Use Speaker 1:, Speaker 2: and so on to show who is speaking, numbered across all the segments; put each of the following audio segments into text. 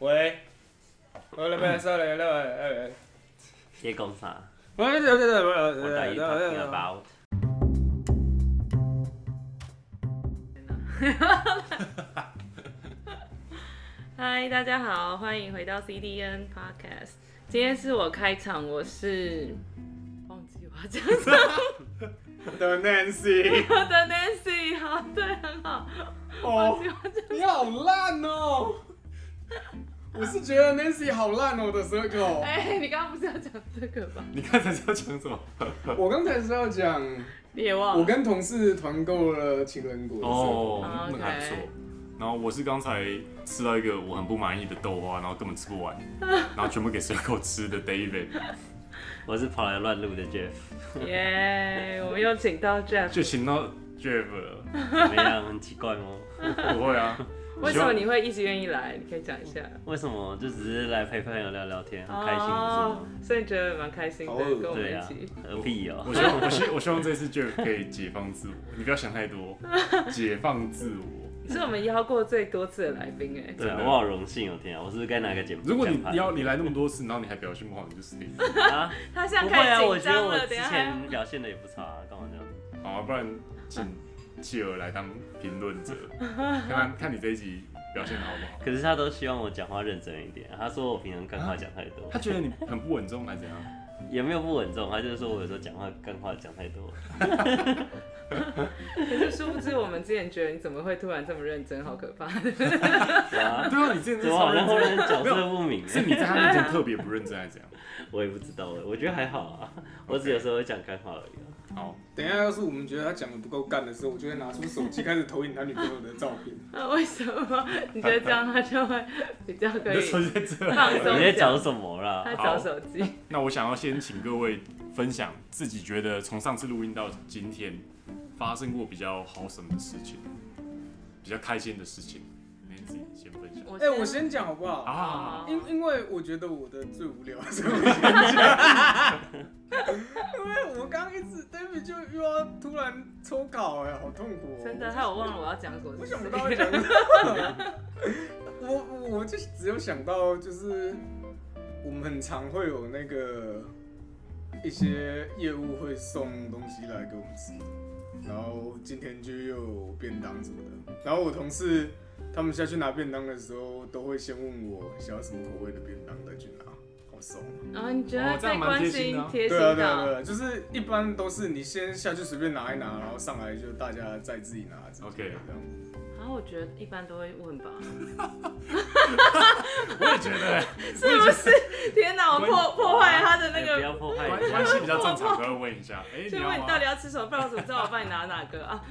Speaker 1: 喂，我那边收来了，哎哎，
Speaker 2: 你講啥？
Speaker 1: 喂，对对对，啊
Speaker 2: 我第二 part 見 about。
Speaker 3: 嗨，大家好，欢迎回到 CDN Podcast。今天是我开场，我是忘记我要讲什么
Speaker 1: The Nancy，
Speaker 3: 的 Nancy，好，对，很好，忘
Speaker 1: 哦
Speaker 3: 记，我讲
Speaker 1: 你好烂哦！我是觉得 Nancy 好烂哦，我的舌 头。
Speaker 3: 哎、你刚刚不是要讲这个吧？
Speaker 2: 你刚才是要讲 什么？
Speaker 1: 我刚才是要讲，
Speaker 3: 你也忘
Speaker 1: 我
Speaker 3: 了，
Speaker 1: 跟同事团购了情人果的舌头。
Speaker 2: 哦，那个还不
Speaker 3: OK
Speaker 2: 错。然后我是刚才吃到一个我很不满意的豆花，然后根本吃 不完，然后全部给 Circle 吃的 David。我是跑来乱录的 Jeff，
Speaker 3: 耶我们又请 到 Jeff。
Speaker 2: 就请到 Jeff 了。
Speaker 4: 怎么样？很奇怪哦吗？
Speaker 2: 不会啊，
Speaker 3: 为什么你会一直愿意来？你可以讲一下。
Speaker 4: 为什么？就只是来陪朋友聊聊天，很开心，
Speaker 3: 哦
Speaker 4: 不
Speaker 3: 所以你觉得蛮开心的，
Speaker 1: 好恶
Speaker 3: 跟我
Speaker 4: 是
Speaker 3: 们一
Speaker 4: 吗？
Speaker 3: 哦起。
Speaker 4: 对啊，何必哦、
Speaker 2: 我希望我希我希望这次 Jeff 可以解放自我，你不要想太多，解放自我。
Speaker 3: 你是我们邀过最多次的来宾哎、
Speaker 4: 对啊，
Speaker 2: 真的
Speaker 4: 我好荣幸哦、天啊，我是不是该拿个奖？
Speaker 2: 如果你
Speaker 4: 奖牌
Speaker 2: 你要你来那么多次，然后你还表现不好，你就死定了。
Speaker 4: 啊，
Speaker 3: 他现
Speaker 4: 不
Speaker 3: 在
Speaker 4: 会
Speaker 3: 开
Speaker 4: 啊，
Speaker 3: 始
Speaker 4: 我
Speaker 3: 紧
Speaker 4: 觉得
Speaker 3: 张
Speaker 4: 我
Speaker 3: 了，
Speaker 4: 之
Speaker 3: 等一下还要
Speaker 4: 前表现的也不差、啊，干嘛这样？
Speaker 2: 好、啊，不然请企鹅来当评论 者，看看看你这一集表现的好不好。
Speaker 4: 可是他都希望我讲话认真一点，他说我平常干话讲太多，
Speaker 2: 他觉得你很不稳重还是怎样？
Speaker 4: 也没有不稳重，他就是说我有时候讲话干话讲太多。
Speaker 3: 可是殊不知，我们之前觉得你怎么会突然这么认真，好可怕！
Speaker 4: 对啊，
Speaker 2: 对啊，你之前
Speaker 4: 怎
Speaker 2: 是
Speaker 4: 么好像
Speaker 2: 超 认
Speaker 4: 后
Speaker 2: 真，
Speaker 4: 人角色不明？
Speaker 2: 是你在他面前特别不认真还 是怎样？
Speaker 4: 我也不知道哎，我觉得还好啊，我只有时候会讲干话而已、啊。
Speaker 2: 好，
Speaker 1: 等一下，要是我们觉得他讲的不够干的时候，我就会拿出手机开始投影他女朋友的照 片。
Speaker 3: 那为什么你觉得这样他就会比较可以
Speaker 2: 你的手机在这。
Speaker 3: 放松？
Speaker 4: 你在找什么啦？
Speaker 3: 他找手机，
Speaker 2: 那我想要先请各位分享自己觉得从上次录音到今天发生过比较好什么的事情，比较开心的事情，你自己先分享。
Speaker 3: 哎
Speaker 1: 哎、 我先讲好不好？
Speaker 2: 啊，
Speaker 1: 因因为我觉得我的最无聊，所 以我先讲。因为我刚一直 David 就又要突然抽考哎、好痛苦、哦。
Speaker 3: 真的，害我忘了我要讲什么。
Speaker 1: 我想不到会讲什么。 我我就只有想到就是我们很常会有那个一些业务会送东西来给我们吃，然后今天就又有便当什么的，然后我同事他们下去拿便当的时候，都会先问我想要什么口味的便当再去拿，好怂。
Speaker 3: 然后你觉
Speaker 2: 哦
Speaker 3: 得
Speaker 2: 这样
Speaker 3: 被
Speaker 2: 蛮
Speaker 3: 关
Speaker 2: 贴心
Speaker 3: 心
Speaker 2: 的啊
Speaker 3: 贴心
Speaker 1: 对啊，对啊，对
Speaker 3: 到，
Speaker 1: 啊，就是一般都是你先下去随便拿一拿，然后上来就大家再自己拿自己
Speaker 2: OK
Speaker 1: 这样。
Speaker 3: 然啊后我觉得一般都会问吧。
Speaker 2: 我也觉得
Speaker 3: 是不 是？天哪，我破破坏他的那
Speaker 4: 哎不
Speaker 3: 个。
Speaker 4: 要破坏
Speaker 2: 关
Speaker 4: 人家
Speaker 2: 关系比较正常都会问一 下，哎，你
Speaker 3: 就
Speaker 2: 要
Speaker 3: 问你到
Speaker 2: 吗
Speaker 3: 底？要吃什么，不然我怎么知道我帮你拿哪个啊？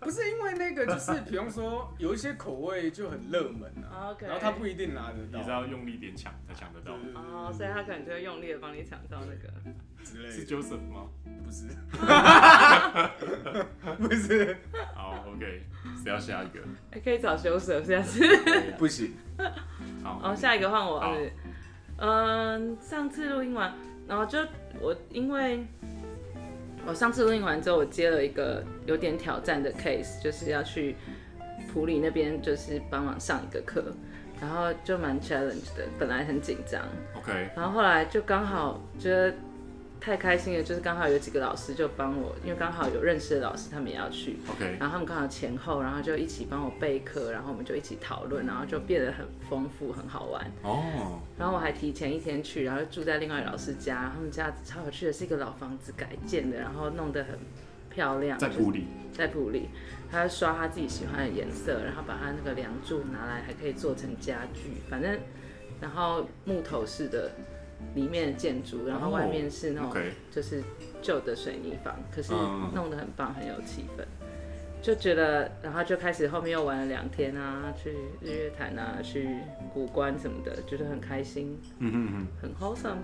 Speaker 1: 不是因为那个，就是比方说有一些口味就很热门 啊
Speaker 4: 哦
Speaker 3: OK
Speaker 1: 然后他不一定拿得
Speaker 2: 你
Speaker 1: 到，
Speaker 2: 知道用力点抢才抢得到，
Speaker 3: 哦，所以他可能就会用力的帮你抢到那个。
Speaker 1: 之类
Speaker 2: 是
Speaker 1: 的，
Speaker 2: Joseph 吗？
Speaker 1: 不是， 不是，
Speaker 2: 好，OK，谁要下一个？
Speaker 3: 哎可以找修手下次。
Speaker 4: 哎
Speaker 1: 不行，
Speaker 3: 哦，
Speaker 2: 好，
Speaker 3: 下一个换我。
Speaker 2: 好
Speaker 3: 嗯嗯，上次录音完，然后就我因为我上次录音完之后，我接了一个有点挑战的 case，就是要去普里那边，就是帮忙上一个课，然后就蛮 challenge 的，本来很紧张，
Speaker 2: OK，
Speaker 3: 然后后来就刚好觉得太开心了，就是刚好有几个老师就帮我，因为刚好有认识的老师他们也要去，
Speaker 2: OK，
Speaker 3: 然后他们刚好前后，然后就一起帮我备课，然后我们就一起讨论，然后就变得很丰富，很好玩。
Speaker 2: 哦，
Speaker 3: 然后我还提前一天去，然后住在另外一个老师家，他们家超有趣的，是一个老房子改建的，然后弄得很漂亮，
Speaker 2: 在
Speaker 3: 就是
Speaker 2: 普里，
Speaker 3: 在普里，他刷他自己喜欢的颜色，然后把他那个梁柱拿来，还可以做成家具，反正然后木头式的里面的建筑，然后外面是那种
Speaker 2: 哦 OK，
Speaker 3: 就是旧的水泥房，可是
Speaker 2: 嗯
Speaker 3: 弄得很棒，很有气氛，就觉得，然后就开始后面又玩了两天啊，去日月潭啊，去古关什么的，觉得很开心，
Speaker 2: 嗯哼哼，
Speaker 3: 很 wholesome，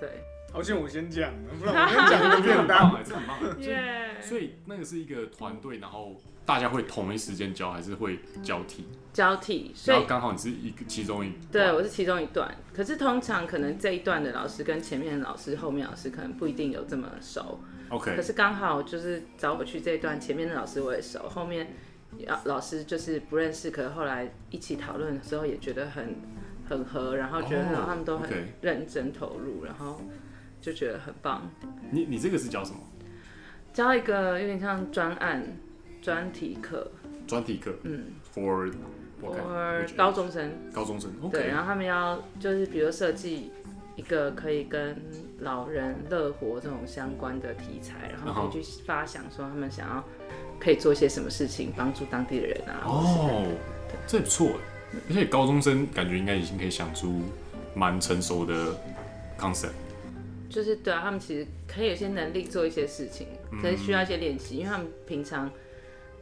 Speaker 3: 对，
Speaker 1: 好险我先讲，不然我先讲个便当。
Speaker 2: 哎，这很棒。
Speaker 3: 耶、
Speaker 2: 所以那个是一个团队，然后大家会同一时间教，还是会交替？
Speaker 3: 交替，所
Speaker 2: 然
Speaker 3: 以
Speaker 2: 后刚好你是一个其中一
Speaker 3: 对，我是其中一段。可是通常可能这一段的老师跟前面的老师、后面老师可能不一定有这么熟。可
Speaker 2: ，OK，
Speaker 3: 是刚好就是找我去这一段，前面的老师我也熟，后面啊老师就是不认识，可是后来一起讨论的时候也觉得很很合，然后觉得
Speaker 2: 哦
Speaker 3: 他们都很
Speaker 2: OK
Speaker 3: 认真投入，然后就觉得很棒。
Speaker 2: 你你这个是教什么？
Speaker 3: 教一个有点像专案专题课
Speaker 2: 专题课？嗯，for what kind？
Speaker 3: 或
Speaker 2: Which
Speaker 3: 高中生，
Speaker 2: 高中生
Speaker 3: 对，
Speaker 2: ，OK，
Speaker 3: 然后他们要就是比如设计一个可以跟老人乐活这种相关的题材，然后可以去发想说他们想要可以做些什么事情帮助当地的人啊。
Speaker 2: 哦，这也不错哎，而且高中生感觉应该已经可以想出蛮成熟的 concept，
Speaker 3: 就是对啊，他们其实可以有些能力做一些事情，
Speaker 2: 嗯
Speaker 3: 可是需要一些练习，因为他们平常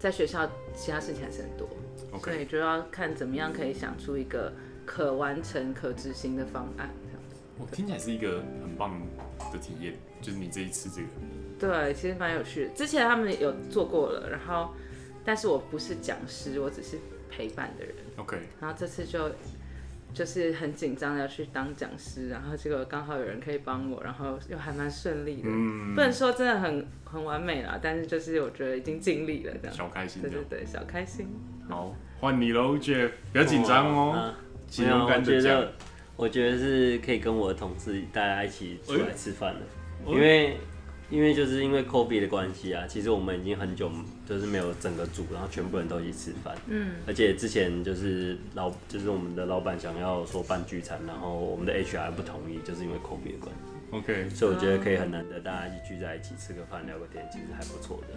Speaker 3: 在学校其他事情还是很多
Speaker 2: OK
Speaker 3: 所以就要看怎么样可以想出一个可完成、可执行的方案。这样
Speaker 2: 我听起来是一个很棒的体验，就是你这一次这个
Speaker 3: 对，其实蛮有趣的。之前他们有做过了，然后但是我不是讲师，我只是陪伴的人。
Speaker 2: OK，
Speaker 3: 然后这次就就是很紧张的要去当讲师，然后结果刚好有人可以帮我，然后又还蛮顺利的。
Speaker 2: 嗯
Speaker 3: 不，能说真的很很完美啦，但是就是我觉得已经尽力了这样。
Speaker 2: 小开心
Speaker 3: 对
Speaker 2: 这
Speaker 3: 对
Speaker 2: 样，
Speaker 3: 对，小开心。
Speaker 2: 好，换你喽，Jeff，不要紧张哦，
Speaker 4: 啊，
Speaker 2: 请
Speaker 4: 没有，
Speaker 2: 勇
Speaker 4: 我
Speaker 2: 敢
Speaker 4: 觉
Speaker 2: 的讲
Speaker 4: 得，我觉得是可以跟我的同事大家一起出来吃饭的，
Speaker 2: 哎
Speaker 4: 因为因为就是因为 Kobe 的关系啊，其实我们已经很久就是没有整个组，然后全部人都一起吃饭，嗯，而且之前就是老就是我们的老板想要说办聚餐，然后我们的 HR 不同意，就是因为 Kobe 的关系，
Speaker 2: ，OK，
Speaker 4: 所以我觉得可以很难得大家一起聚在一起吃个饭聊个天，其实还不错的，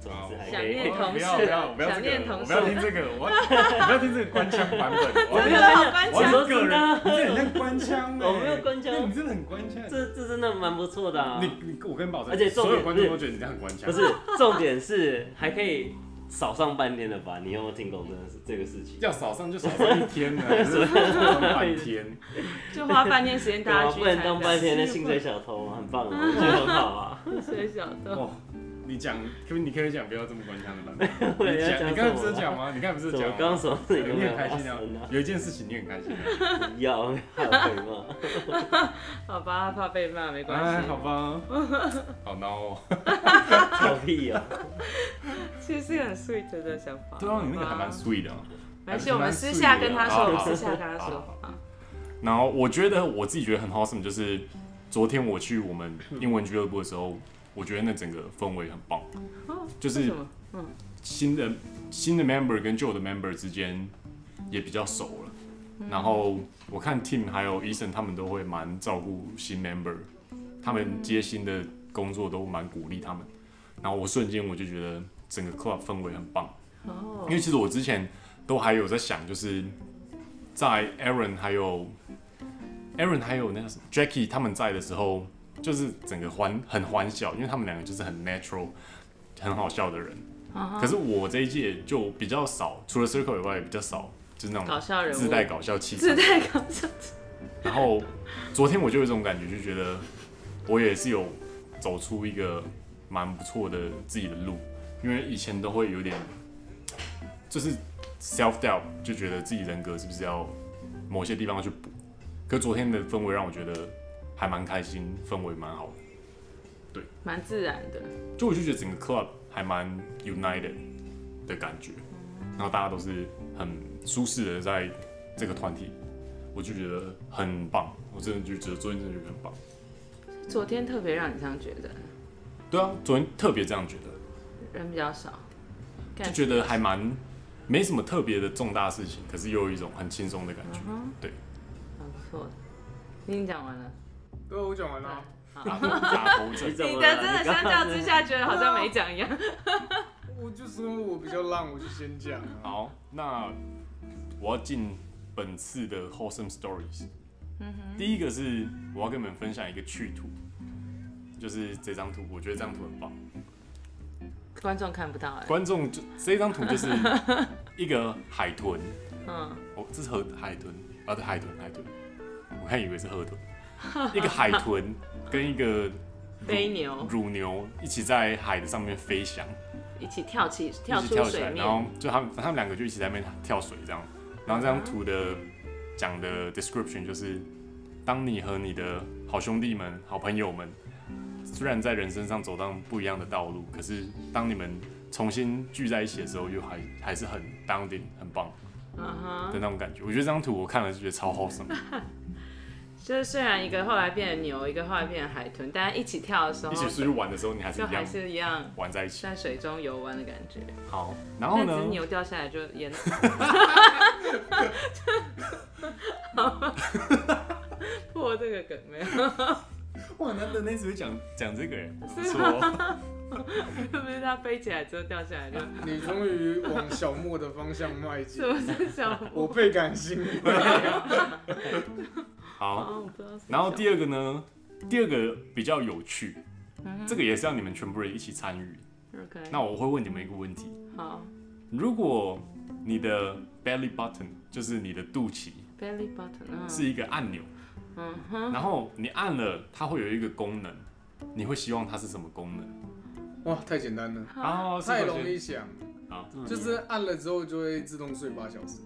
Speaker 4: 总之还
Speaker 3: 想
Speaker 4: 可以
Speaker 3: 念同事
Speaker 2: 不要不要不要
Speaker 3: 想
Speaker 2: 这
Speaker 3: 念
Speaker 2: 个，
Speaker 3: 同
Speaker 2: 我
Speaker 3: 事
Speaker 2: 不要听这个，我要不要听这个官腔版 本，我要
Speaker 4: 没
Speaker 2: 听
Speaker 4: 有
Speaker 3: 好官
Speaker 2: 我
Speaker 4: 我
Speaker 3: 腔
Speaker 2: 要
Speaker 4: 说
Speaker 2: 听个
Speaker 4: 真的
Speaker 2: 人，
Speaker 4: 啊
Speaker 2: 你，这很像官腔
Speaker 1: 欸
Speaker 2: 哎，
Speaker 4: 我没有官腔
Speaker 2: 那你真的很官腔，
Speaker 4: 这这真的蛮不错的啊，
Speaker 2: 你你我跟你保证，
Speaker 4: 而且重点
Speaker 2: 所有观众都觉得你这样很官腔，
Speaker 4: 不是，重点是还可以少上半天的班，你有没有听懂这个事这个事情？
Speaker 2: 要少上就少上一天 呢，还是上半天？
Speaker 3: 就花半天时间
Speaker 4: 对
Speaker 3: 大
Speaker 4: 啊，
Speaker 3: 家聚
Speaker 4: 不能
Speaker 3: 餐
Speaker 4: 当半
Speaker 3: 这
Speaker 4: 天
Speaker 3: 样。
Speaker 4: 的薪水小偷啊，很棒啊，我觉得很好啊。
Speaker 3: 水 小豆，
Speaker 2: 哦，你讲，可不你可以讲不要这么官腔的版本。
Speaker 4: 我
Speaker 2: 你
Speaker 4: 要
Speaker 2: 讲，你
Speaker 4: 什
Speaker 2: 刚才
Speaker 4: 么
Speaker 2: 不是讲吗？你刚才不是
Speaker 4: 怎
Speaker 2: 讲
Speaker 4: 么
Speaker 2: 吗？
Speaker 4: 刚刚什么事情都
Speaker 2: 你
Speaker 4: 没有
Speaker 2: 很
Speaker 4: 发
Speaker 2: 开心啊
Speaker 4: 生啊？，
Speaker 2: 有一件事情你很 开心啊。
Speaker 4: 不要，还有可以吗？
Speaker 3: 好吧，怕被骂没关
Speaker 2: 哎，
Speaker 3: 系。
Speaker 2: 好吧，好孬哦。
Speaker 4: 笑屁啊！
Speaker 3: 其实是一个很 sweet 的想法。
Speaker 2: 对啊，你那个
Speaker 3: 好吧
Speaker 2: 还蛮 sweet 的啊。
Speaker 3: 没事，我们私下跟他说，
Speaker 2: 还
Speaker 3: 我
Speaker 2: 蛮 sweet 的
Speaker 3: 们私下跟他
Speaker 2: 好好
Speaker 3: 说
Speaker 2: 好。
Speaker 3: 啊
Speaker 2: 然后我觉得我自己觉得很 awesome，就是昨天我去我们英文俱乐部的时候，我觉得那整个氛围很棒，
Speaker 3: 哦
Speaker 2: 就是
Speaker 3: 为什么？
Speaker 2: 新的新的 member 跟旧的 member 之间也比较熟了。
Speaker 3: 嗯
Speaker 2: 然后我看 Tim 还有 Eason 他们都会蛮照顾新 member，他们接新的工作都蛮鼓励他们。然后我瞬间我就觉得整个 club 氛围很棒，
Speaker 3: 哦
Speaker 2: 因为其实我之前都还有在想，就是在 Aaron 还有 Aaron 还有那个什么 Jackie 他们在的时候，就是整个欢很欢笑，因为他们两个就是很 natural 很好笑的人。
Speaker 3: 啊
Speaker 2: 可是我这一届就比较少，除了 Circle 以外比较少，就是那
Speaker 3: 搞
Speaker 2: 种
Speaker 3: 笑人
Speaker 2: 自带
Speaker 3: 物，
Speaker 2: 搞笑气质
Speaker 3: 自。带搞笑。
Speaker 2: 然后昨天我就有一种感觉，就觉得我也是有走出一个蛮不错的自己的路，因为以前都会有点就是 self doubt，就觉得自己人格是不是要某些地方要去补。可昨天的氛围让我觉得还蛮开心，氛围蛮好的，
Speaker 3: 蛮自然的，
Speaker 2: 就我就觉得整个 club 还蛮 united 的感觉，然后大家都是很舒适的在这个团体，我就觉得很棒，我真的就觉得昨天真的觉得很棒。
Speaker 3: 昨天特别让你这样觉得，
Speaker 2: 对啊，昨天特别这样觉得，
Speaker 3: 人比较少，
Speaker 2: 就
Speaker 3: 感
Speaker 2: 觉得还蛮没什么特别的重大事情，可是又有一种很轻松的感觉。对，
Speaker 3: 蛮不错的。你已经讲完了，
Speaker 1: 对，啊我讲完了。
Speaker 3: 好，
Speaker 2: 打头阵
Speaker 4: 你。怎
Speaker 3: 你
Speaker 4: 么
Speaker 3: 的
Speaker 4: 了？
Speaker 3: 真的
Speaker 4: 你刚
Speaker 3: 相较之下觉得好像没讲一样。
Speaker 1: 我就说我比较烂，我就先讲啊。
Speaker 2: 好，那我要进本次的 wholesome stories。第一个是我要跟你们分享一个趣图，就是这张图，我觉得这张图很棒。
Speaker 3: 观众看不到哎，
Speaker 2: 观众就这张图就是一个海豚，
Speaker 3: 嗯，
Speaker 2: 哦，这是河海豚啊，对，海豚，海豚，我还以为是河豚，一个海豚跟一个
Speaker 3: 飞牛
Speaker 2: 乳牛一起在海的上面飞翔，
Speaker 3: 一起跳起跳
Speaker 2: 一起
Speaker 3: 出
Speaker 2: 跳起
Speaker 3: 水
Speaker 2: 来，
Speaker 3: 面
Speaker 2: 然，后就他们他们两个就一起在那边跳水这样，然后这张图的讲的 description 就是，当你和你的好兄弟们、好朋友们，虽然在人生上走到不一样的道路，可是当你们重新聚在一起的时候，又还还是很 bounding 很棒
Speaker 3: 嗯哼
Speaker 2: 的，那种感觉。我觉得这张图我看了就觉得超好爽，
Speaker 3: 哦就是虽然一个后来变成牛，一个后来变成海豚，但一起跳的时候
Speaker 2: 一起出去玩的时候，你还是
Speaker 3: 就
Speaker 2: 一样
Speaker 3: 还是一样
Speaker 2: 玩在一起。
Speaker 3: 在水中游玩的感觉。
Speaker 2: 好，然后
Speaker 3: 但只是
Speaker 2: 呢？
Speaker 3: 牛掉下来就 淹了。破这个梗没有？
Speaker 2: 哇，难得那次会讲讲这 个耶，不错哦。
Speaker 3: 不是它飞起来之后掉下 来就
Speaker 1: 你终于往小莫的方向迈进
Speaker 3: 是，不是小
Speaker 1: 我倍感欣慰。
Speaker 2: 好，
Speaker 3: 哦，我不知道是小。
Speaker 2: 然后第二个呢？
Speaker 3: 嗯
Speaker 2: 第二个比较有趣，这个也是让你们全部人一起参与。
Speaker 3: OK，
Speaker 2: 那我会问你们一个问题：
Speaker 3: 好
Speaker 2: 如果你的 belly button 就是你的肚脐
Speaker 3: ，belly button，嗯
Speaker 2: 是一个按钮，
Speaker 3: 嗯哼，
Speaker 2: 然后你按了，它会有一个功能，你会希望它是什么功能？
Speaker 1: 哇，太简单了，
Speaker 2: 啊，
Speaker 1: 太容易嗯想，
Speaker 2: 啊，
Speaker 1: 就是按了之后就会自动睡八小时。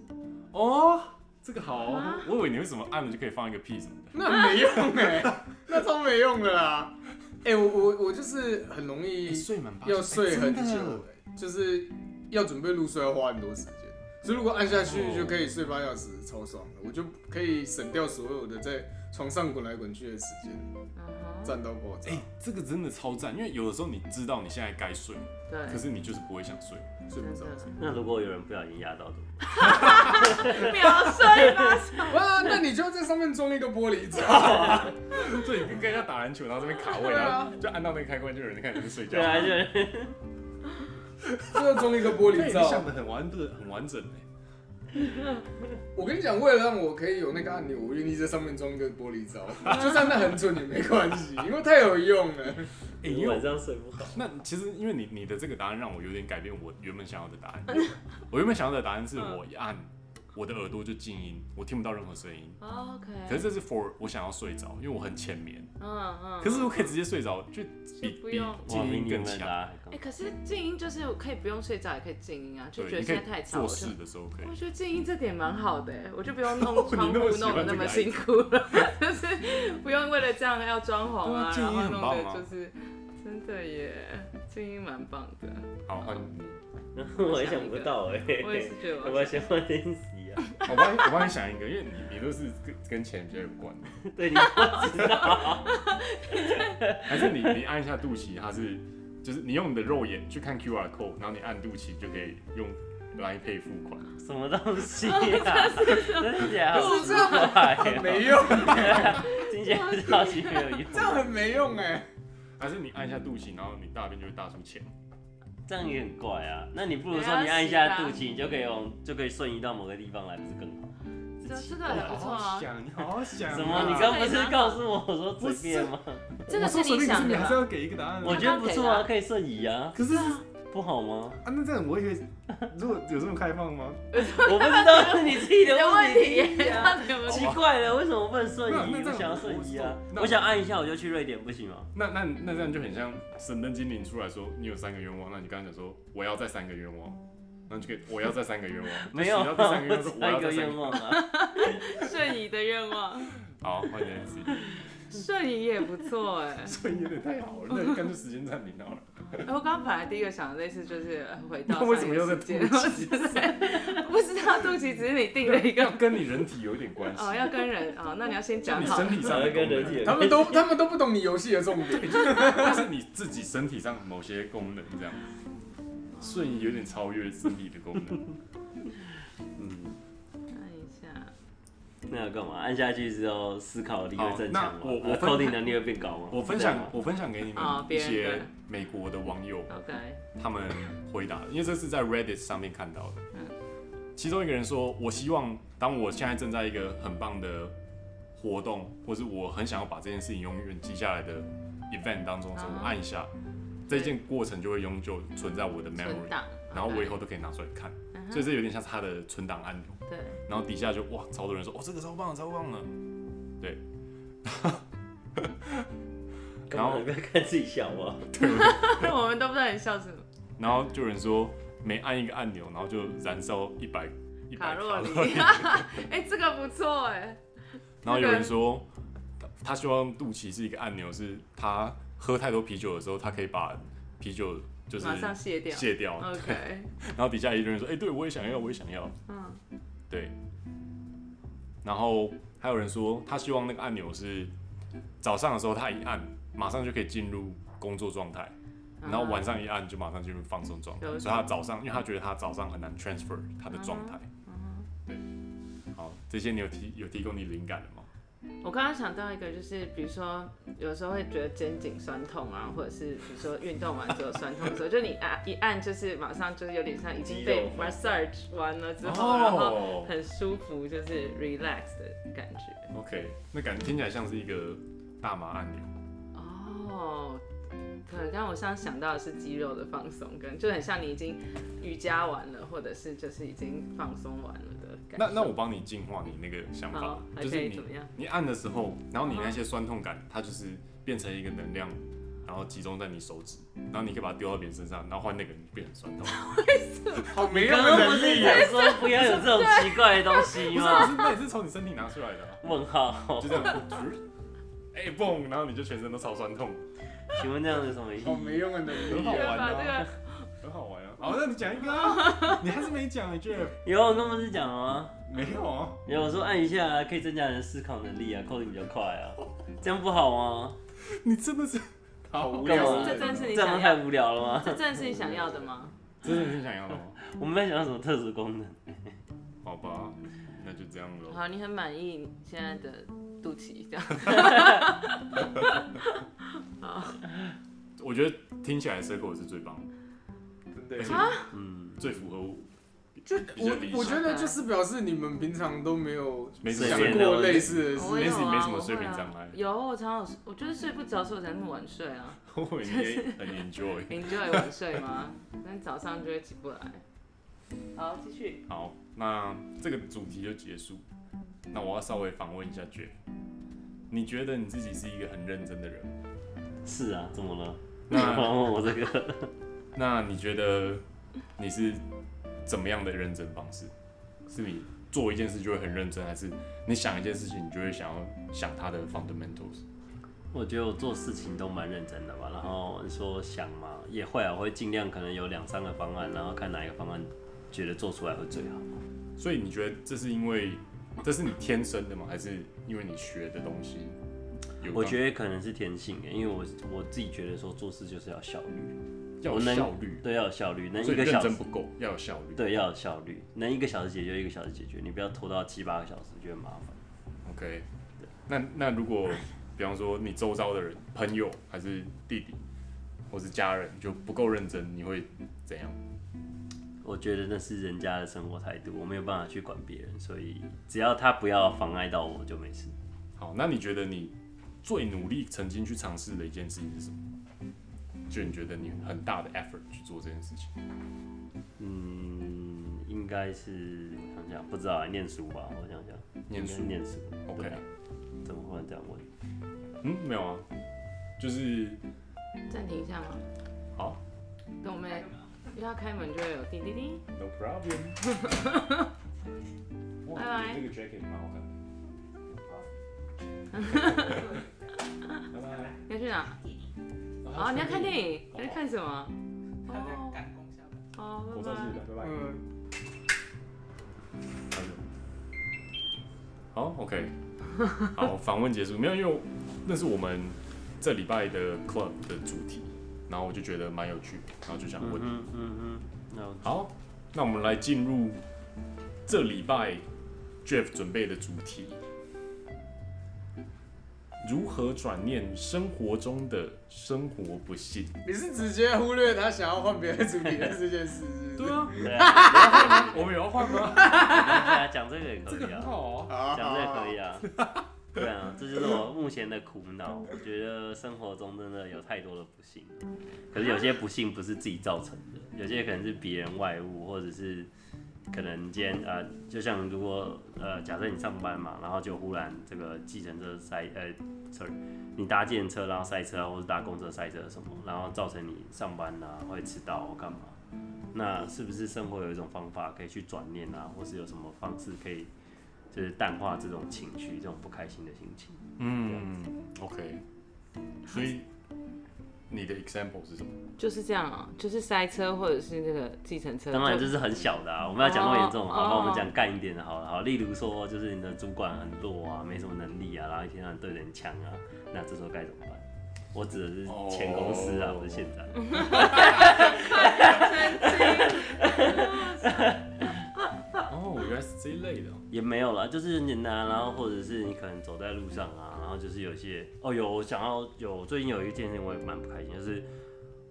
Speaker 2: 哦，这个好哦，
Speaker 3: 啊
Speaker 2: 我以为你为什么按了就可以放一个屁什么的。
Speaker 1: 那没用 哎、那超没用的啦。哎、我我我就是很容易
Speaker 2: 欸睡满八
Speaker 1: 要睡很久、
Speaker 2: 哎真的
Speaker 1: 欸，就是要准备入睡要花很多时间，所以如果按下去
Speaker 2: 哦
Speaker 1: 就可以睡八小时，超爽的，我就可以省掉所有的在床上滚来滚去的时间，
Speaker 3: 嗯哼，
Speaker 1: 站到爆炸
Speaker 2: 哎、，这个真的超赞，因为有的时候你知道你现在该睡，
Speaker 3: 对
Speaker 2: 可，是你就是不会想睡。
Speaker 1: 睡不着。
Speaker 3: 真
Speaker 4: 那如果有人不小心压到的，
Speaker 3: 的秒睡 吧，
Speaker 1: 哇，那你就要在上面装一个玻璃罩 啊！
Speaker 2: 对，你跟人家打篮球，然后这边卡位，
Speaker 1: 对啊
Speaker 2: 然后就按到那个开关，就有人看你在睡觉。
Speaker 4: 对啊，就
Speaker 1: 就要装一个玻
Speaker 3: 啊
Speaker 1: 璃
Speaker 2: 你
Speaker 1: 罩
Speaker 2: 想。的很完整，很完整哎。
Speaker 1: 我跟你讲，为了让我可以有那个按钮，我愿意在上面装一个玻璃罩，就算那很准也没关系，因为太有用了。
Speaker 2: 哎
Speaker 4: 你晚上睡不好。
Speaker 2: 那其实因为你你的这个答案让我有点改变我原本想要的答 案。我原本想要的答案是
Speaker 3: 嗯
Speaker 2: 我一按，我的耳朵就静音，我听不到任何声音。
Speaker 3: OK，
Speaker 2: 可是这是 for 我想要睡着，因为我很浅眠。
Speaker 3: 嗯嗯，
Speaker 2: 可是我可以直接睡着，就比
Speaker 3: 就不
Speaker 2: 比
Speaker 3: 用
Speaker 4: 哇
Speaker 2: 静
Speaker 4: 比
Speaker 2: 音
Speaker 4: 你们
Speaker 2: 更
Speaker 4: 的答
Speaker 2: 强。
Speaker 4: 案还高
Speaker 3: 哎、可是静音就是可以不用睡觉也可以静音啊，就
Speaker 2: 对，
Speaker 3: 觉得
Speaker 2: 你可
Speaker 3: 现
Speaker 2: 以
Speaker 3: 在太吵
Speaker 2: 做
Speaker 3: 了。
Speaker 2: 事的时候可以
Speaker 3: 我。觉得静音这点蛮好的、欸我就不用弄
Speaker 2: 你那
Speaker 3: 窗
Speaker 2: 么
Speaker 3: 户弄得
Speaker 2: 喜欢这个
Speaker 3: 那么辛苦了， 就是不用为了这样要 装潢啊，
Speaker 2: 对
Speaker 3: 然
Speaker 2: 啊
Speaker 3: 后
Speaker 2: 静音
Speaker 3: 弄
Speaker 2: 很棒
Speaker 3: 得
Speaker 2: 啊
Speaker 3: 就是真的耶，静音蛮棒的。
Speaker 2: 好，换你。
Speaker 4: 我也想不到哎、
Speaker 3: 我也是觉得
Speaker 4: 我
Speaker 3: 我
Speaker 4: 要先换练习啊。
Speaker 2: 我帮你，我帮你想一个，因为你你都是跟跟钱比较有关的，
Speaker 4: 对你，
Speaker 2: 还是你你按一下肚脐，它是就是你用你的肉眼去看 QR code，然后你按肚脐就可以用来配付款。
Speaker 4: 什么东西啊？真假好
Speaker 1: 不是这样
Speaker 4: 怪
Speaker 1: 很
Speaker 4: 哦，
Speaker 1: 没用，
Speaker 4: 听起来超级没有用。啊
Speaker 1: 这样很没用哎、
Speaker 2: 还是你按一下肚脐，然后你大便就会大出钱。
Speaker 4: 这样也很怪啊。那你不如说你按一下肚脐，你就可以用，就可以瞬移到某个地方来，不是更好？
Speaker 3: 这这个很不错啊，
Speaker 2: 想，你好好想啊
Speaker 4: 什么？你
Speaker 3: 刚
Speaker 4: 刚不是告诉我说随便吗？
Speaker 3: 这个是你想的吧？
Speaker 2: 要给一个答案
Speaker 4: 我觉得不错啊，可以瞬移啊，
Speaker 2: 可是啊，
Speaker 4: 不好吗？
Speaker 2: 那这样我也可以，如果有这么开放吗？
Speaker 4: 我不知道是你自己
Speaker 3: 你
Speaker 4: 的
Speaker 3: 的问
Speaker 4: 问
Speaker 3: 题
Speaker 4: 题。 啊
Speaker 3: 耶，到底有 没 有
Speaker 4: 奇怪了，为什么不能瞬
Speaker 2: 那
Speaker 4: 移？
Speaker 2: 那
Speaker 4: 我
Speaker 2: 这样
Speaker 4: 想要瞬移啊
Speaker 2: 我！那
Speaker 4: 我想按一下我就去瑞典，不行吗？
Speaker 2: 那那那这样就很像神灯精灵出来说你有三个愿望，那你刚刚讲说我要再三个愿望，那就可以我要再三个愿望，
Speaker 4: 没有，
Speaker 2: 你要再三个愿 望，说我
Speaker 4: 一
Speaker 2: 要
Speaker 4: 个
Speaker 2: 再三
Speaker 4: 愿
Speaker 2: 个。
Speaker 4: 望 啊。
Speaker 3: 瞬移的愿望？
Speaker 2: 好，换你来自己。
Speaker 3: 瞬移也不错哎、
Speaker 2: 所以有点太好了，那干脆时间暂停好了。
Speaker 3: 哎我刚刚本来第一个想的类似就是呃回到
Speaker 2: 那为什么要
Speaker 3: 上
Speaker 2: 在
Speaker 3: 一个世界
Speaker 2: 肚脐
Speaker 3: 不知道肚脐只是你定的一个
Speaker 2: 要跟你人体有点 关系，
Speaker 3: 哦，要跟人哦，那你要先
Speaker 2: 就
Speaker 3: 讲
Speaker 2: 你
Speaker 3: 好
Speaker 2: 身。体上的
Speaker 4: 要跟
Speaker 2: 功
Speaker 4: 人
Speaker 2: 能
Speaker 4: 体，有
Speaker 1: 他们都 他们都不懂你游戏的重点。
Speaker 2: 但 是你自己身体上某些功能这样，瞬移有点超越身体的功 能。
Speaker 4: 嗯，
Speaker 3: 看一下，
Speaker 4: 那要干嘛？按下去之后思考力会增强吗？
Speaker 2: 哦好那我我
Speaker 4: 啊扣定能力会变高吗？
Speaker 2: 我分享我分享给你们
Speaker 3: 哦
Speaker 2: 一
Speaker 3: 别人
Speaker 2: 些
Speaker 3: 对
Speaker 2: 美国的哦网友
Speaker 3: OK，
Speaker 2: 他们回答的，因为这是在 Reddit 上面看到的
Speaker 3: 嗯。
Speaker 2: 其中一个人说：“我希望当我现在正在一个很棒的活动，或是我很想要把这件事情永远记下来的 event 当中的时候，
Speaker 3: 啊
Speaker 2: 我按一下，这件过程就会永久存在我的
Speaker 3: 存
Speaker 2: memory，
Speaker 3: 档，
Speaker 2: 然后我以后都可以拿出来看。
Speaker 3: 嗯哼
Speaker 2: 所以这有点像是它的存档按钮。”
Speaker 3: 对，
Speaker 2: 然后底下就哇，超多人说哦，这个超棒的，超棒了。对，
Speaker 4: 干嘛不要看自己笑啊！
Speaker 3: 我们都不知道你笑什么。
Speaker 2: 然后就有人说每按一个按钮，然后就燃烧一百 一
Speaker 3: 卡
Speaker 2: 百
Speaker 3: 路里， 哎、这个不错哎、
Speaker 2: 然后有人说他他希望肚脐是一个按钮，是他喝太多啤酒的时候，他可以把啤酒就是
Speaker 3: 马上卸掉。
Speaker 2: 卸掉，
Speaker 3: OK，
Speaker 2: 然后底下一堆人说：“哎、对我也想要，我也想要。
Speaker 3: 嗯，”
Speaker 2: 对，然后还有人说他希望那个按钮是早上的时候他一按，马上就可以进入工作状态，
Speaker 3: 嗯
Speaker 2: 然后晚上一按就马上进入放松状态。
Speaker 3: 了解
Speaker 2: 所以他早上，因为他觉得他早上很难 transfer 他的状态。
Speaker 3: 嗯
Speaker 2: 对，好，这些你有提有提供你灵感的吗？
Speaker 3: 我刚刚想到一个，就是比如说有时候会觉得肩颈酸痛啊，或者是比如说运动完之后酸痛的时候，就你啊按一按就是马上就是有点像已经被
Speaker 4: 肌肉
Speaker 3: massage 完了之后，
Speaker 2: 哦
Speaker 3: 然后很舒服，就是 relax 的感觉。
Speaker 2: OK，那感听起来像是一个大麻按钮。
Speaker 3: 哦，对，但我现在想到的是肌肉的放松，跟就很像你已经瑜伽完了，或者是就是已经放松完了的感觉。
Speaker 2: 那那我帮你净化你那个想法
Speaker 3: 好，还
Speaker 2: 就
Speaker 3: 可
Speaker 2: 是
Speaker 3: 以
Speaker 2: 你
Speaker 3: 怎么样
Speaker 2: 你按的时候，然后你那些酸痛感，它就是变成一个能量，然后集中在你手指，然后你可以把它丢到别人身上，然后换那个人就变 很酸痛。
Speaker 1: 好没有
Speaker 4: 刚刚不
Speaker 1: 能
Speaker 4: 是
Speaker 1: 力
Speaker 4: 讲
Speaker 1: 啊！
Speaker 4: 说不要有这种奇怪的东西
Speaker 2: 不是啊，
Speaker 4: 吗？
Speaker 2: 是那也是从你身体拿出来的啊，
Speaker 4: 问号，
Speaker 2: 就这样，哎蹦，然后你就全身都超酸痛，
Speaker 4: 请问这样是什么意
Speaker 2: 哦
Speaker 1: 好
Speaker 4: 义？
Speaker 1: 没用的能
Speaker 2: 很
Speaker 1: 力
Speaker 2: 好
Speaker 3: 这
Speaker 1: 啊！
Speaker 3: 个
Speaker 2: 玩
Speaker 3: 把
Speaker 2: 啊，
Speaker 3: 这个
Speaker 2: 很好 玩啊。好，那你讲一个啊，你还是没讲，你觉得
Speaker 4: 有那么是讲了吗？
Speaker 2: 没 有啊？
Speaker 4: 有我说按一下、可以增加人思考能力啊，扣的比较快啊，这样不好吗？
Speaker 2: 你真的是
Speaker 1: 好无
Speaker 4: 干
Speaker 1: 聊
Speaker 4: 嘛
Speaker 1: 的
Speaker 3: 这
Speaker 1: 人
Speaker 3: 真是
Speaker 1: 哦。
Speaker 3: 你
Speaker 4: 这样
Speaker 3: 想
Speaker 4: 太
Speaker 3: 要，
Speaker 4: 无聊了吗？
Speaker 3: 这正是你想要的吗？
Speaker 2: 真的很想要的吗？
Speaker 4: 我们在想要什么特殊功能？
Speaker 2: 好吧，那就这样喽。
Speaker 3: 好，你很满意你现在的肚脐这样？
Speaker 2: 我觉得听起来 circle 是最棒的，
Speaker 1: 真的
Speaker 2: 而且
Speaker 3: 啊
Speaker 4: 嗯，
Speaker 2: 最符合我。
Speaker 1: 就
Speaker 2: 比较理
Speaker 1: 我我觉
Speaker 2: 想
Speaker 1: 得就是表示你们平常都啊没啊有
Speaker 2: 没
Speaker 4: 什么
Speaker 1: 想
Speaker 4: 睡眠
Speaker 1: 过
Speaker 4: 的问
Speaker 1: 类
Speaker 4: 题
Speaker 1: 似的事
Speaker 3: 我有
Speaker 2: 没什
Speaker 3: 啊，
Speaker 2: 没什么
Speaker 3: 我
Speaker 2: 睡
Speaker 3: 会
Speaker 2: 眠
Speaker 3: 啊
Speaker 2: 障碍
Speaker 3: 有，我常有，我就是睡不着，所以我才那么晚睡啊。
Speaker 2: 我也很 enjoy。
Speaker 3: 你就有晚睡 吗？但早上就会起不来。好，继续。
Speaker 2: 好，那这个主题就结束。那我要稍微访问一下 Jeff，你觉得你自己是一个很认真的人吗？
Speaker 4: 是啊，怎么了？ 你突然
Speaker 2: 那
Speaker 4: 问我这个，
Speaker 2: 那你觉得你是怎么样的认真方式？是你做一件事就会很认真，还是你想一件事情你就会想要想它的 fundamentals？
Speaker 4: 我觉得我做事情都蛮认真的吧。然后你说想嘛，也会啊，我会尽量可能有两三个方案，然后看哪一个方案觉得做出来会最好。
Speaker 2: 所以你觉得这是因为这是你天生的吗？还是因为你学的东西有关？
Speaker 4: 我觉得可能是天性欸耶，因为我我自己觉得说做事就是要效率，
Speaker 2: 要有
Speaker 4: 我能
Speaker 2: 效率，
Speaker 4: 对，要有效率，能
Speaker 2: 所
Speaker 4: 一
Speaker 2: 以
Speaker 4: 个
Speaker 2: 认
Speaker 4: 小
Speaker 2: 真
Speaker 4: 时
Speaker 2: 不够，要有效率。
Speaker 4: 对，要有效率，能一个小时解决一个小时解决，你不要拖到七八个小时，觉得麻烦。
Speaker 2: OK，那那如果比方说你周遭的人、朋友还是弟弟，或是家人就不够认真，你会怎样？
Speaker 4: 我觉得那是人家的生活态度，我没有办法去管别人，所以只要他不要妨碍到我就没事。
Speaker 2: 好，那你觉得你最努力曾经去尝试的一件事情是什么？就你觉得你很大的 effort 去做这件事情，
Speaker 4: 嗯，应该是我想想，不知道啊，念书吧，我想想，
Speaker 2: 念书
Speaker 4: 应该念书。
Speaker 2: OK
Speaker 4: 对啊怎么忽然这样问？
Speaker 2: 嗯，没有啊，就是
Speaker 3: 暂停一下吗？
Speaker 2: 好
Speaker 3: 等我妹又要开门就会有叮叮叮。
Speaker 2: ，no problem 。
Speaker 3: 拜拜
Speaker 2: 你这个 jacket 蛮好看的。拜拜。
Speaker 3: 你要去哪？哦，你要看电影？你在看什么？哦，
Speaker 2: 我
Speaker 3: 哦，拜
Speaker 2: 上去
Speaker 3: 拜。
Speaker 2: 了，拜拜。
Speaker 1: 嗯。
Speaker 2: 好，OK，好，访问结束。没有，因为那是我们这礼拜的 club 的主题，然后我就觉得蛮有趣，然后就想问。
Speaker 4: 嗯嗯嗯，那我
Speaker 2: 好，那我们来进入这礼拜 Jeff 准备的主题：如何转念生活中的生活不幸。
Speaker 1: 你是直接忽略他想要换别的主题的这件事是不
Speaker 2: 对
Speaker 1: 是？
Speaker 2: 啊，
Speaker 4: 对啊，
Speaker 2: 我们也要换吗？
Speaker 4: 对啊讲这个也可
Speaker 2: 这个
Speaker 4: 以
Speaker 2: 很
Speaker 4: 啊，
Speaker 2: 好啊。
Speaker 1: 啊
Speaker 4: 讲这个也可以啊。 对啊，这就是我目前的苦恼。 我觉得生活中真的有太多的不幸，可是有些不幸不是自己造成的，有些可能是别人外物，或者是可能今天呃，就像如果呃，假设你上班嘛，然后就忽然这个计程车塞呃，sorry，你搭计程车然后塞车啊，或者搭公车塞车什么，然后造成你上班啊会迟到或干嘛。那是不是生活有一种方法可以去转念啊，或是有什么方式可以就是淡化这种情绪，这种不开心的心情？
Speaker 2: 嗯，OK，所以你的 example 是什么？
Speaker 3: 就是这样啊、就是塞车或者是那个计程车。
Speaker 4: 当然
Speaker 3: 就
Speaker 4: 这是很小的啊，我们要讲那么严重，
Speaker 3: 哦
Speaker 4: 好吧？我们
Speaker 3: 哦
Speaker 4: 讲干一点的好了，好，例如说就是你的主管很弱啊，没什么能力啊，然后一天到晚对人呛啊，那这时候该怎么办？我指的是前公司啊
Speaker 2: 哦，
Speaker 4: 不是现在。
Speaker 2: 哦，原来是这一类的哦。
Speaker 4: 也没有啦，就是很简单，然后或者是你可能走在路上啊，然后就是有一些哦，有我想要有最近有一件事情我也蛮不开心，就是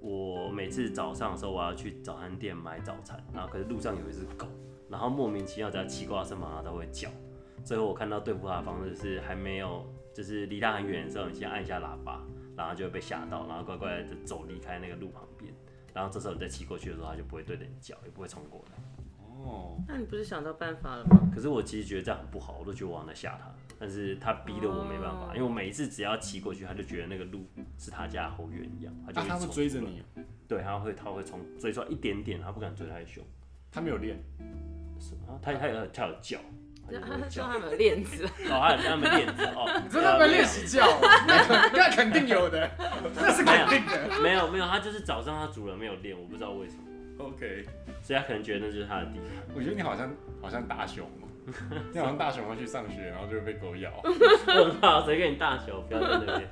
Speaker 4: 我每次早上的时候我要去早餐店买早餐，然后可是路上有一只狗，然后莫名其妙只要骑过它身旁它都会叫，最后我看到对付它的方式是还没有就是离它很远的时候，你先按一下喇叭，然后就会被吓到，然后乖乖的走离开那个路旁边，然后这时候你再骑过去的时候，它就不会对着你叫，也不会冲过来。
Speaker 2: 哦，
Speaker 3: 那你不是想到办法了吗？
Speaker 4: 可是我其实觉得这样很不好，我都觉得我好像在吓他，但是他逼得我没办法，
Speaker 3: 哦
Speaker 4: 因为我每一次只要骑过去，他就觉得那个路是他家后院一样，他就
Speaker 2: 啊，他会
Speaker 4: 冲
Speaker 2: 追着，你哦，
Speaker 4: 对，他会他会冲追出来一点点，他不敢追太凶，
Speaker 2: 他没有练。
Speaker 4: 是吗？他他有他有叫，他就
Speaker 3: 他
Speaker 4: 会
Speaker 3: 说
Speaker 4: 叫，
Speaker 3: 他们有链子，
Speaker 4: 哦，他有他们练字哦，
Speaker 1: 你真的没练习教？那肯那肯定有的，那是肯定的。
Speaker 4: 没有没有，他就是早上他主人没有练，我不知道为什么，
Speaker 2: OK，
Speaker 4: 所以他可能觉得那就是他的地方。
Speaker 2: 我觉得你好像好像大熊哦，你好像大熊要去上学，然后就会被狗咬。
Speaker 4: 问号，谁跟你大小？不要在那边。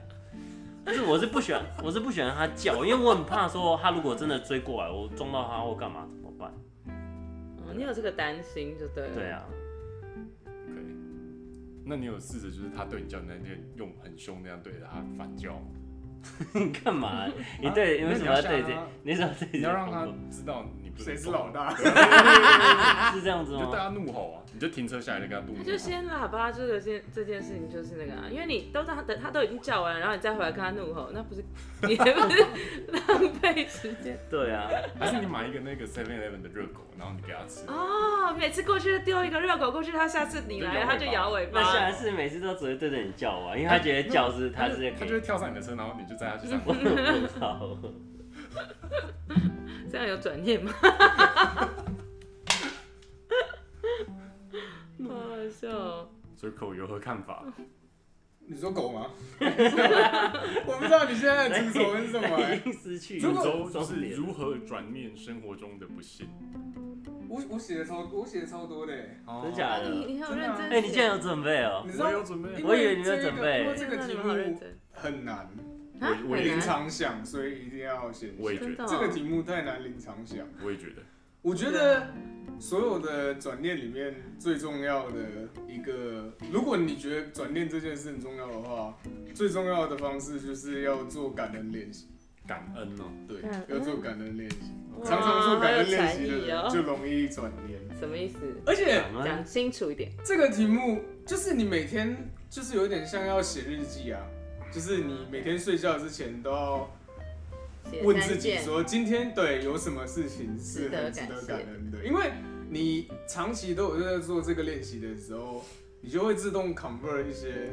Speaker 4: 不是，我是不喜欢，我是不喜欢他叫，因为我很怕说他如果真的追过来，我撞到他或干嘛怎么办？
Speaker 3: 哦你有这个担心就对了。
Speaker 4: 对，啊，
Speaker 2: OK，那你有试着就是他对你叫你那天用很凶那样对着他反叫吗？
Speaker 4: 你干
Speaker 2: 啊
Speaker 4: 嘛？你对，你为什么要对
Speaker 1: 那你要吓
Speaker 4: 这
Speaker 1: 他？
Speaker 4: 你怎么对这？
Speaker 2: 你要让他知道你不
Speaker 1: 谁
Speaker 2: 是啊
Speaker 1: 是老大？
Speaker 4: 是这样子
Speaker 2: 你就对
Speaker 4: 吗？
Speaker 2: 他怒吼啊！你就停车下来就跟他怒
Speaker 3: 他
Speaker 2: 吼。
Speaker 3: 就先喇叭这个件这件事情就是那个啊，因为你都他等他都已经叫完了，然后你再回来跟他怒吼，那 不是你不是浪费时间
Speaker 4: 对啊，
Speaker 2: 还是你买一个那个 Seven Eleven 的热狗，然后你给他吃。
Speaker 3: 哦？每次过去就丢一个热狗过去，他下次你来了他就
Speaker 2: 就
Speaker 3: 摇
Speaker 2: 摇
Speaker 3: 尾
Speaker 2: 尾
Speaker 3: 巴。
Speaker 4: 那下一次每次都只会对着你叫啊，因为他觉得叫是他
Speaker 2: 哎他
Speaker 4: 是在
Speaker 2: 就他就
Speaker 4: 给
Speaker 2: 会跳上你的车，然后你就载他去上
Speaker 4: 我
Speaker 2: 班。
Speaker 4: 不知道，
Speaker 3: 这样有转念吗？ 好好笑哦！
Speaker 2: 所以口有何看法？
Speaker 1: 你说狗吗？ 我不知道你现在的 执着是什么、
Speaker 4: 已
Speaker 1: 欸。
Speaker 4: 经失去
Speaker 2: 本
Speaker 4: 周
Speaker 2: 周就是如何转念生活中的不幸。
Speaker 1: 我我写的超我写的超多的、欸，
Speaker 4: 真假的？
Speaker 3: 啊你你很有认真写，
Speaker 4: 哎，你竟然有准备哦
Speaker 1: 你！知道
Speaker 2: 我有准备
Speaker 1: 因
Speaker 2: 啊，
Speaker 4: 我以为你在
Speaker 1: 这
Speaker 4: 准
Speaker 1: 个
Speaker 4: 备
Speaker 1: 因哎为这个题
Speaker 3: 哎你们好认
Speaker 1: 目
Speaker 3: 真
Speaker 1: 很难，
Speaker 3: 啊
Speaker 2: 我我
Speaker 3: 很
Speaker 2: 也
Speaker 1: 临
Speaker 3: 难
Speaker 1: 场想，所以一定要写一下。
Speaker 2: 我也觉
Speaker 3: 真的
Speaker 2: 得，
Speaker 3: 哦
Speaker 1: 这个题目太难临场想。
Speaker 2: 我也觉得，
Speaker 1: 我觉得所有的转念里面最重要的一个，如果你觉得转念这件事很重要的话，最重要的方式就是要做感恩练习。
Speaker 2: 感恩哦。
Speaker 1: 对
Speaker 3: 感恩，
Speaker 1: 要做感恩练习。
Speaker 3: 哇
Speaker 1: 常常做感恩练习
Speaker 3: 好
Speaker 1: 的
Speaker 3: 有才艺
Speaker 1: 人
Speaker 3: 哦
Speaker 1: 就容易转念。
Speaker 3: 什么意思？
Speaker 4: 嗯
Speaker 1: 而且
Speaker 4: 感
Speaker 3: 讲
Speaker 4: 恩
Speaker 3: 清楚一点。
Speaker 1: 这个题目就是你每天就是有点像要写日记啊，就是你每天睡觉之前都要问自己说，今天对有什么事情是很值得感恩的？因为你长期都有在做这个练习的时候，你就会自动 convert 一些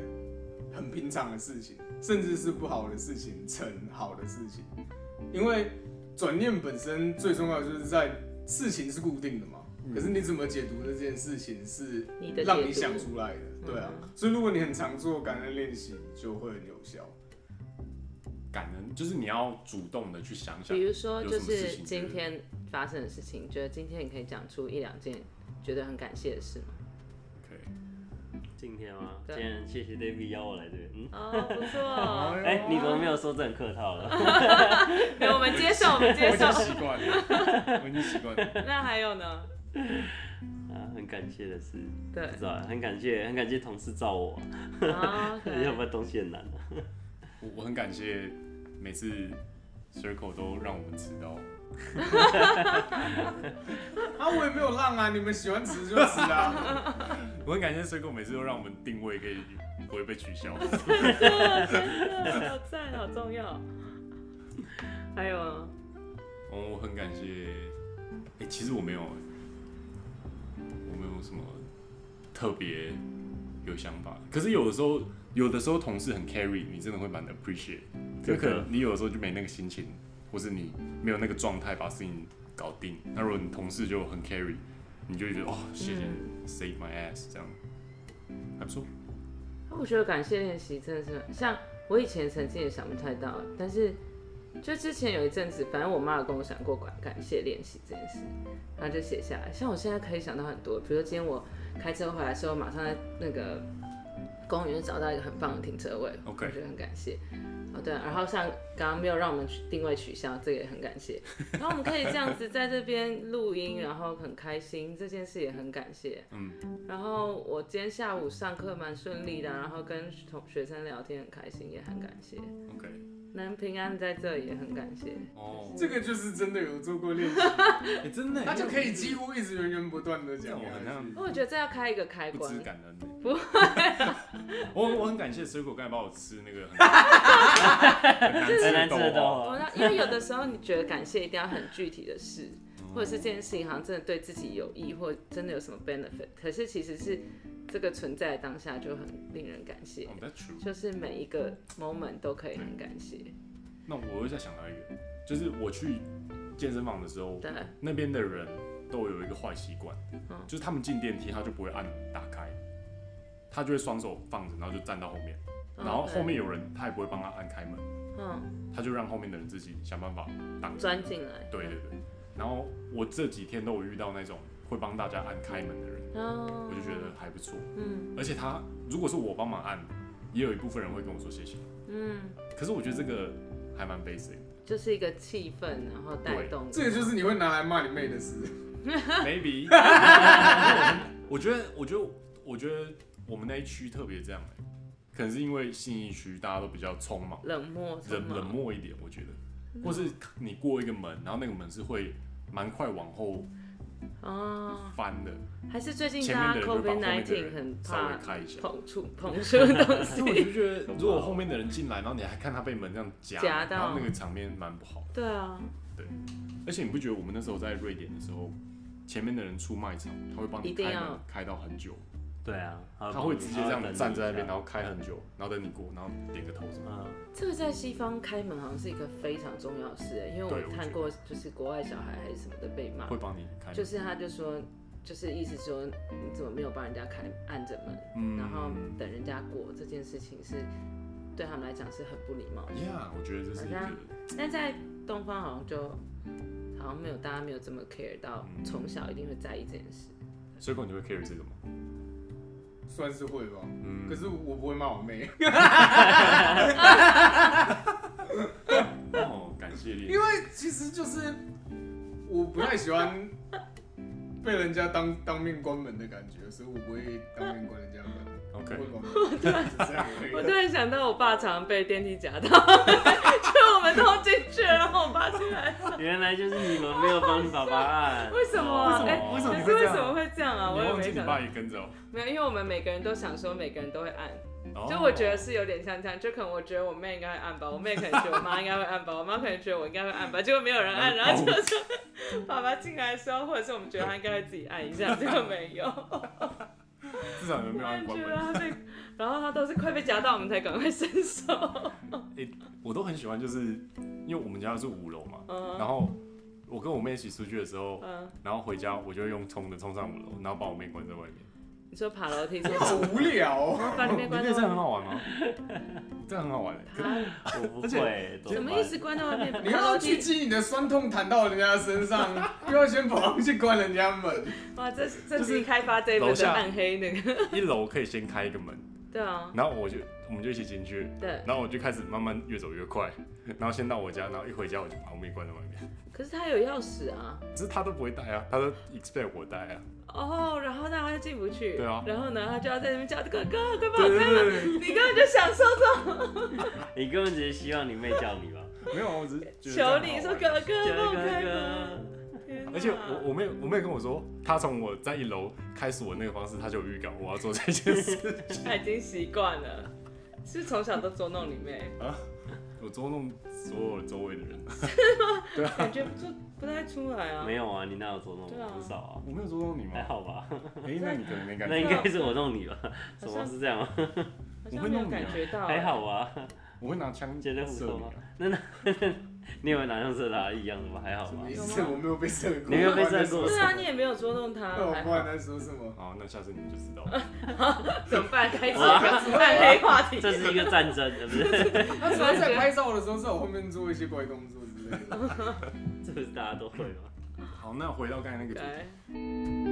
Speaker 1: 很平常的事情，甚至是不好的事情成好的事情。因为转念本身最重要的就是在事情是固定的嘛，可是你怎么解读这件事情是
Speaker 3: 你的
Speaker 1: 让
Speaker 3: 解
Speaker 1: 你
Speaker 3: 读
Speaker 1: 想出来的，对啊
Speaker 3: 嗯。
Speaker 1: 所以如果你很常做感恩练习，就会很有效。
Speaker 2: 感恩就是你要主动的去想想
Speaker 3: 比，如说，
Speaker 2: 有
Speaker 3: 就
Speaker 2: 什么事
Speaker 3: 是
Speaker 2: 情
Speaker 3: 今
Speaker 2: 觉得
Speaker 3: 天发生的事情，觉得今天你可以讲出一两件觉得很感谢的事吗？
Speaker 2: 可以。
Speaker 4: 今天吗？
Speaker 3: 对
Speaker 4: 今天谢谢 David 邀我来这边。嗯，
Speaker 3: 哦，不错，
Speaker 4: 哎，你怎么没有说这很客套了？啊
Speaker 3: 没哎有，我们接受，我们接
Speaker 2: 我已
Speaker 3: 受
Speaker 2: 经。习惯了，我已经习惯了。
Speaker 3: 那还有呢？
Speaker 4: 啊，很感谢的事，
Speaker 3: 对
Speaker 4: 不知道啊，很感谢，很感谢同事罩我啊，
Speaker 3: 哦，OK
Speaker 4: 要不然东西很难啊。
Speaker 2: 我我很感谢每次 Circle 都让我们吃到，
Speaker 1: 啊，我也没有浪啊，你们喜欢吃就吃啊。
Speaker 2: 我很感谢 Circle 每次都让我们定位可以不会被取消。
Speaker 3: 真 的好赞，好重要。还有啊，
Speaker 2: 哦，我很感谢。哎、其实我没有、我没有什么特别有想法。可是有的时候，有的时候同事很 carry，你真的会蛮 appreciate。
Speaker 4: 真
Speaker 2: 就
Speaker 4: 的
Speaker 2: 可能你有的时候就没那个心情，或是你没有那个状态把事情搞定。那如果你同事就很 carry，你就会觉得哦，谢谢、你 save my ass 这样，还不错。
Speaker 3: 我觉得感谢练习真的是像我以前曾经也想不太到，但是就之前有一阵子，反正我妈有跟我讲过感感谢练习这件事，然后就写下来。像我现在可以想到很多，比如说今天我开车回来的时候，马上在那个公园找到一个很棒的停车位
Speaker 2: OK
Speaker 3: 我觉得很感谢。哦对啊，然后像刚刚没有让我们取定位取消，这个也很感谢。然后我们可以这样子在这边录音，然后很开心，这件事也很感谢。
Speaker 2: 嗯，
Speaker 3: 然后我今天下午上课蛮顺利的，啊然后跟同学生聊天很开心，也很感谢。
Speaker 2: OK，
Speaker 3: 能平安在这里也很感谢。
Speaker 2: 哦，
Speaker 1: 这个就是真的有做过练 习，
Speaker 2: 哎真的耶，
Speaker 1: 他就可以几乎一直源源不断的讲
Speaker 2: 这样我好
Speaker 1: 下去
Speaker 2: 像。
Speaker 3: 我觉得这要开一个开
Speaker 2: 不知
Speaker 3: 关，
Speaker 2: 感恩耶
Speaker 3: 不会，
Speaker 2: 我我很感谢水果刚才把我吃那个很
Speaker 4: 很
Speaker 2: 很
Speaker 4: 难
Speaker 2: 难
Speaker 4: 吃的
Speaker 2: 吃的
Speaker 4: 豆
Speaker 2: 豆
Speaker 4: 哦
Speaker 2: 哦。
Speaker 3: 我呢因为有的时候你觉得感谢一定要很具体的事，或者是这件事情好像真的对自己有益，或真的有什么 benefit，可是其实是这个存在的当下就很令人感谢，
Speaker 2: 哦，That's true。
Speaker 3: 就是每一个 moment 都可以很感谢。
Speaker 2: 那我又再想到一个，就是我去健身房的时候，
Speaker 3: 对，嗯
Speaker 2: 那边的人都有一个坏习惯，就是他们进电梯他就不会按打开，他就会双手放着，然后就站到后面，
Speaker 3: 嗯
Speaker 2: 然后
Speaker 3: 对
Speaker 2: 后面有人他也不会帮他按开门，
Speaker 3: 嗯，
Speaker 2: 他就让后面的人自己想办法挡着。
Speaker 3: 钻进来。嗯
Speaker 2: 对对对。然后我这几天都有遇到那种会帮大家按开门的人，
Speaker 3: 哦，
Speaker 2: 我就觉得还不错。
Speaker 3: 嗯
Speaker 2: 而且他如果是我帮忙按，也有一部分人会跟我说谢谢。
Speaker 3: 嗯，
Speaker 2: 可是我觉得这个还蛮 basic，
Speaker 3: 就是一个气氛，然后带动
Speaker 1: 这个就是你会拿来骂你妹的事。
Speaker 2: Maybe，我觉得，我觉得，我觉得我们那一区特别这样、欸，可能是因为信义区大家都比较匆忙，
Speaker 3: 冷漠，
Speaker 2: 冷冷，漠一点，我觉得，或是你过一个门，然后那个门是会蛮快往后
Speaker 3: 哦。
Speaker 2: 翻的，
Speaker 3: 还是最近
Speaker 2: 前
Speaker 3: 大家
Speaker 2: 面的人会把后
Speaker 3: COVID
Speaker 2: 面的
Speaker 3: nineteen
Speaker 2: 人
Speaker 3: 很
Speaker 2: 稍微
Speaker 3: 怕
Speaker 2: 开一下。
Speaker 3: 捧出捧出东
Speaker 2: 所以我就
Speaker 3: 西，
Speaker 2: 觉得，如果后面的人进来，然后你还看他被门这样夹，
Speaker 3: 哦夹到
Speaker 2: 然后那个场面蛮不好。
Speaker 3: 对啊，
Speaker 2: 而且你不觉得我们那时候在瑞典的时候，前面的人出卖场，他会帮你
Speaker 3: 一定
Speaker 2: 开
Speaker 3: 要
Speaker 2: 门开到很久，
Speaker 4: 对啊，
Speaker 2: 他会直接这样站在那边，然后开很久，
Speaker 3: 嗯
Speaker 2: 然后等你过，然后点个头什么。
Speaker 4: 嗯，
Speaker 3: 这个在西方开门好像是一个非常重要的事欸，因为
Speaker 2: 对
Speaker 3: 我
Speaker 2: 我
Speaker 3: 看
Speaker 2: 觉得
Speaker 3: 过就是国外小孩还是什么的被骂
Speaker 2: 会，帮你开门，
Speaker 3: 就是他就说。就是意思说，你怎么没有帮人家开按着门，
Speaker 2: 嗯
Speaker 3: 然后等人家过这件事情是对他们来讲是很不礼貌的。
Speaker 2: ，Yeah，我觉得这是一
Speaker 3: 好
Speaker 2: 个
Speaker 3: 像但在东方好像就好像没有大家没有这么 care 到，
Speaker 2: 嗯
Speaker 3: 从小一定会在意这件事。
Speaker 2: 水果，你会 care 这个吗？
Speaker 1: 算是会吧，
Speaker 2: 嗯
Speaker 1: 可是我不会骂我 妹，
Speaker 2: 哦，感谢你
Speaker 1: 因，为其实就是我不太喜欢 被人家当当面关门的感觉，所以我不会当面关人家门。
Speaker 2: OK
Speaker 1: 我不会关门，就这样
Speaker 3: 我
Speaker 1: 而
Speaker 2: 嗯
Speaker 3: 突
Speaker 1: 已。
Speaker 3: 然想到，我爸常被电梯夹到， 就我们都进去了，然后我爸进来，
Speaker 4: 原来就是你们没有帮你爸爸按，
Speaker 3: 为什么啊？
Speaker 2: 为什么
Speaker 3: 哎
Speaker 2: 为什么
Speaker 3: 可
Speaker 2: 你
Speaker 3: 是
Speaker 2: 会这
Speaker 3: 为
Speaker 2: 样
Speaker 3: 什么会这样啊？
Speaker 2: 你
Speaker 3: 我也
Speaker 2: 忘
Speaker 3: 没
Speaker 2: 记你
Speaker 3: 想
Speaker 2: 爸
Speaker 3: 到，
Speaker 2: 也跟着哦。
Speaker 3: 没有，因为我们每个人都想说，每个人都会按，
Speaker 2: 哦
Speaker 3: 就我觉得是有点像这样，就可能我觉得我妹应该会按吧，我妹可能觉得我妈应该会按吧，我妈可能觉得我应该会按吧，结果没有人按，然后
Speaker 2: 哦
Speaker 3: 就是 爸爸进来的时候，或者是我们觉得他应该会自己按一下，结果没有，
Speaker 2: 至少你们没有
Speaker 3: 我
Speaker 2: 按
Speaker 3: 也
Speaker 2: 关
Speaker 3: 觉得
Speaker 2: 门。
Speaker 3: 他被，然后他都是快被夹到，我们才赶快伸手，
Speaker 2: 我都很喜欢，就是因为我们家是五楼嘛，
Speaker 3: 嗯
Speaker 2: 然后我跟我妹一起出去的时候，
Speaker 3: 嗯，
Speaker 2: 然后回家我就会用冲的冲上五楼，然后把我妹关在 外面。
Speaker 3: 你说爬楼梯是不
Speaker 1: 你
Speaker 3: 是
Speaker 1: 好无聊哦，
Speaker 3: 把里面
Speaker 2: 你妹
Speaker 3: 关
Speaker 2: 这
Speaker 3: 在外面。
Speaker 2: 样很好玩 吗？这样很好玩欸可
Speaker 3: 啊
Speaker 4: 我不
Speaker 2: 而且
Speaker 4: 会，怎
Speaker 3: 什么
Speaker 4: 办
Speaker 3: 意思？？关在外面？
Speaker 1: 你
Speaker 3: 爬楼
Speaker 1: 要去
Speaker 3: 梯？
Speaker 1: 激你的酸痛弹到人家身 上，又要先跑上去关人家门。
Speaker 3: 哇，这是这是开发这一本的
Speaker 2: 楼下
Speaker 3: 暗黑那个。
Speaker 2: 一楼可以先开一个门，
Speaker 3: 对啊，
Speaker 2: 然后我就我们就一起进去，
Speaker 3: 对。
Speaker 2: 然后我就开始慢慢越走越快，然后先到我家，然后一回家我就把我妹关在外面。
Speaker 3: 可是他有钥匙啊。
Speaker 2: 只是她都不会带啊，她都 expect 我带啊。
Speaker 3: 哦，然后呢，他就进不去。
Speaker 2: 对啊
Speaker 3: 然后呢，他就要在那边叫哥哥，快帮我
Speaker 2: 对对
Speaker 3: 开门。
Speaker 2: 对
Speaker 3: 你根本就享受这种
Speaker 4: 你根本只是希望你妹叫你吧？
Speaker 2: 对，没有啊，我只是觉得这样好
Speaker 3: 求
Speaker 2: 玩
Speaker 3: 你说哥哥帮我开门。
Speaker 4: 哥，
Speaker 3: 天哪
Speaker 2: 而且我
Speaker 3: 嗯
Speaker 2: 我妹我妹跟我说，她从我在一楼开锁那个方式，她就有预感我要做这件事。
Speaker 3: 他已经习惯了，是不是从小都捉弄你妹，
Speaker 2: 我捉弄所有周围的人，
Speaker 3: 感觉就不太出来啊。
Speaker 4: 没有啊，你哪有捉弄
Speaker 3: 对啊
Speaker 4: 我？很少啊，
Speaker 2: 我没有捉弄你
Speaker 4: 还
Speaker 2: 吗？
Speaker 4: 好吧？
Speaker 2: 哎、那你可能没感
Speaker 4: 那
Speaker 2: 觉，
Speaker 4: 应该是我弄你吧？
Speaker 3: 好
Speaker 4: 什
Speaker 3: 像
Speaker 4: 么是这样吗？
Speaker 3: 好
Speaker 2: 我
Speaker 3: 像
Speaker 2: 会
Speaker 3: 没有
Speaker 2: 弄你啊
Speaker 3: 感觉到。
Speaker 4: 还。好啊吧？
Speaker 2: 我会拿枪
Speaker 4: 觉得不
Speaker 2: 射
Speaker 4: 错
Speaker 2: 你
Speaker 4: 吗
Speaker 2: 啊。？
Speaker 4: 那那你有没有拿用射他一样的吧？还好
Speaker 1: 什
Speaker 4: 吧
Speaker 1: 么意？思？我没有被射过。
Speaker 4: 啊你没有被射过
Speaker 1: 哎我不知道在说什
Speaker 3: 对啊
Speaker 1: 么
Speaker 3: 啊，你也没有捉弄他。
Speaker 1: 那我
Speaker 3: 还
Speaker 1: 不
Speaker 3: 好
Speaker 2: 哦
Speaker 1: 管在说什么。
Speaker 2: 好，那下次你就知道了。
Speaker 3: 怎么办？开始暗黑话题，
Speaker 4: 这是一个战争，是不是？
Speaker 1: 他
Speaker 3: 啊
Speaker 1: 只要在拍照的时候在我后面做一些怪动作之类的。
Speaker 4: 这不是大家都会吗？
Speaker 2: 好，那回到刚才那个主题，
Speaker 3: 对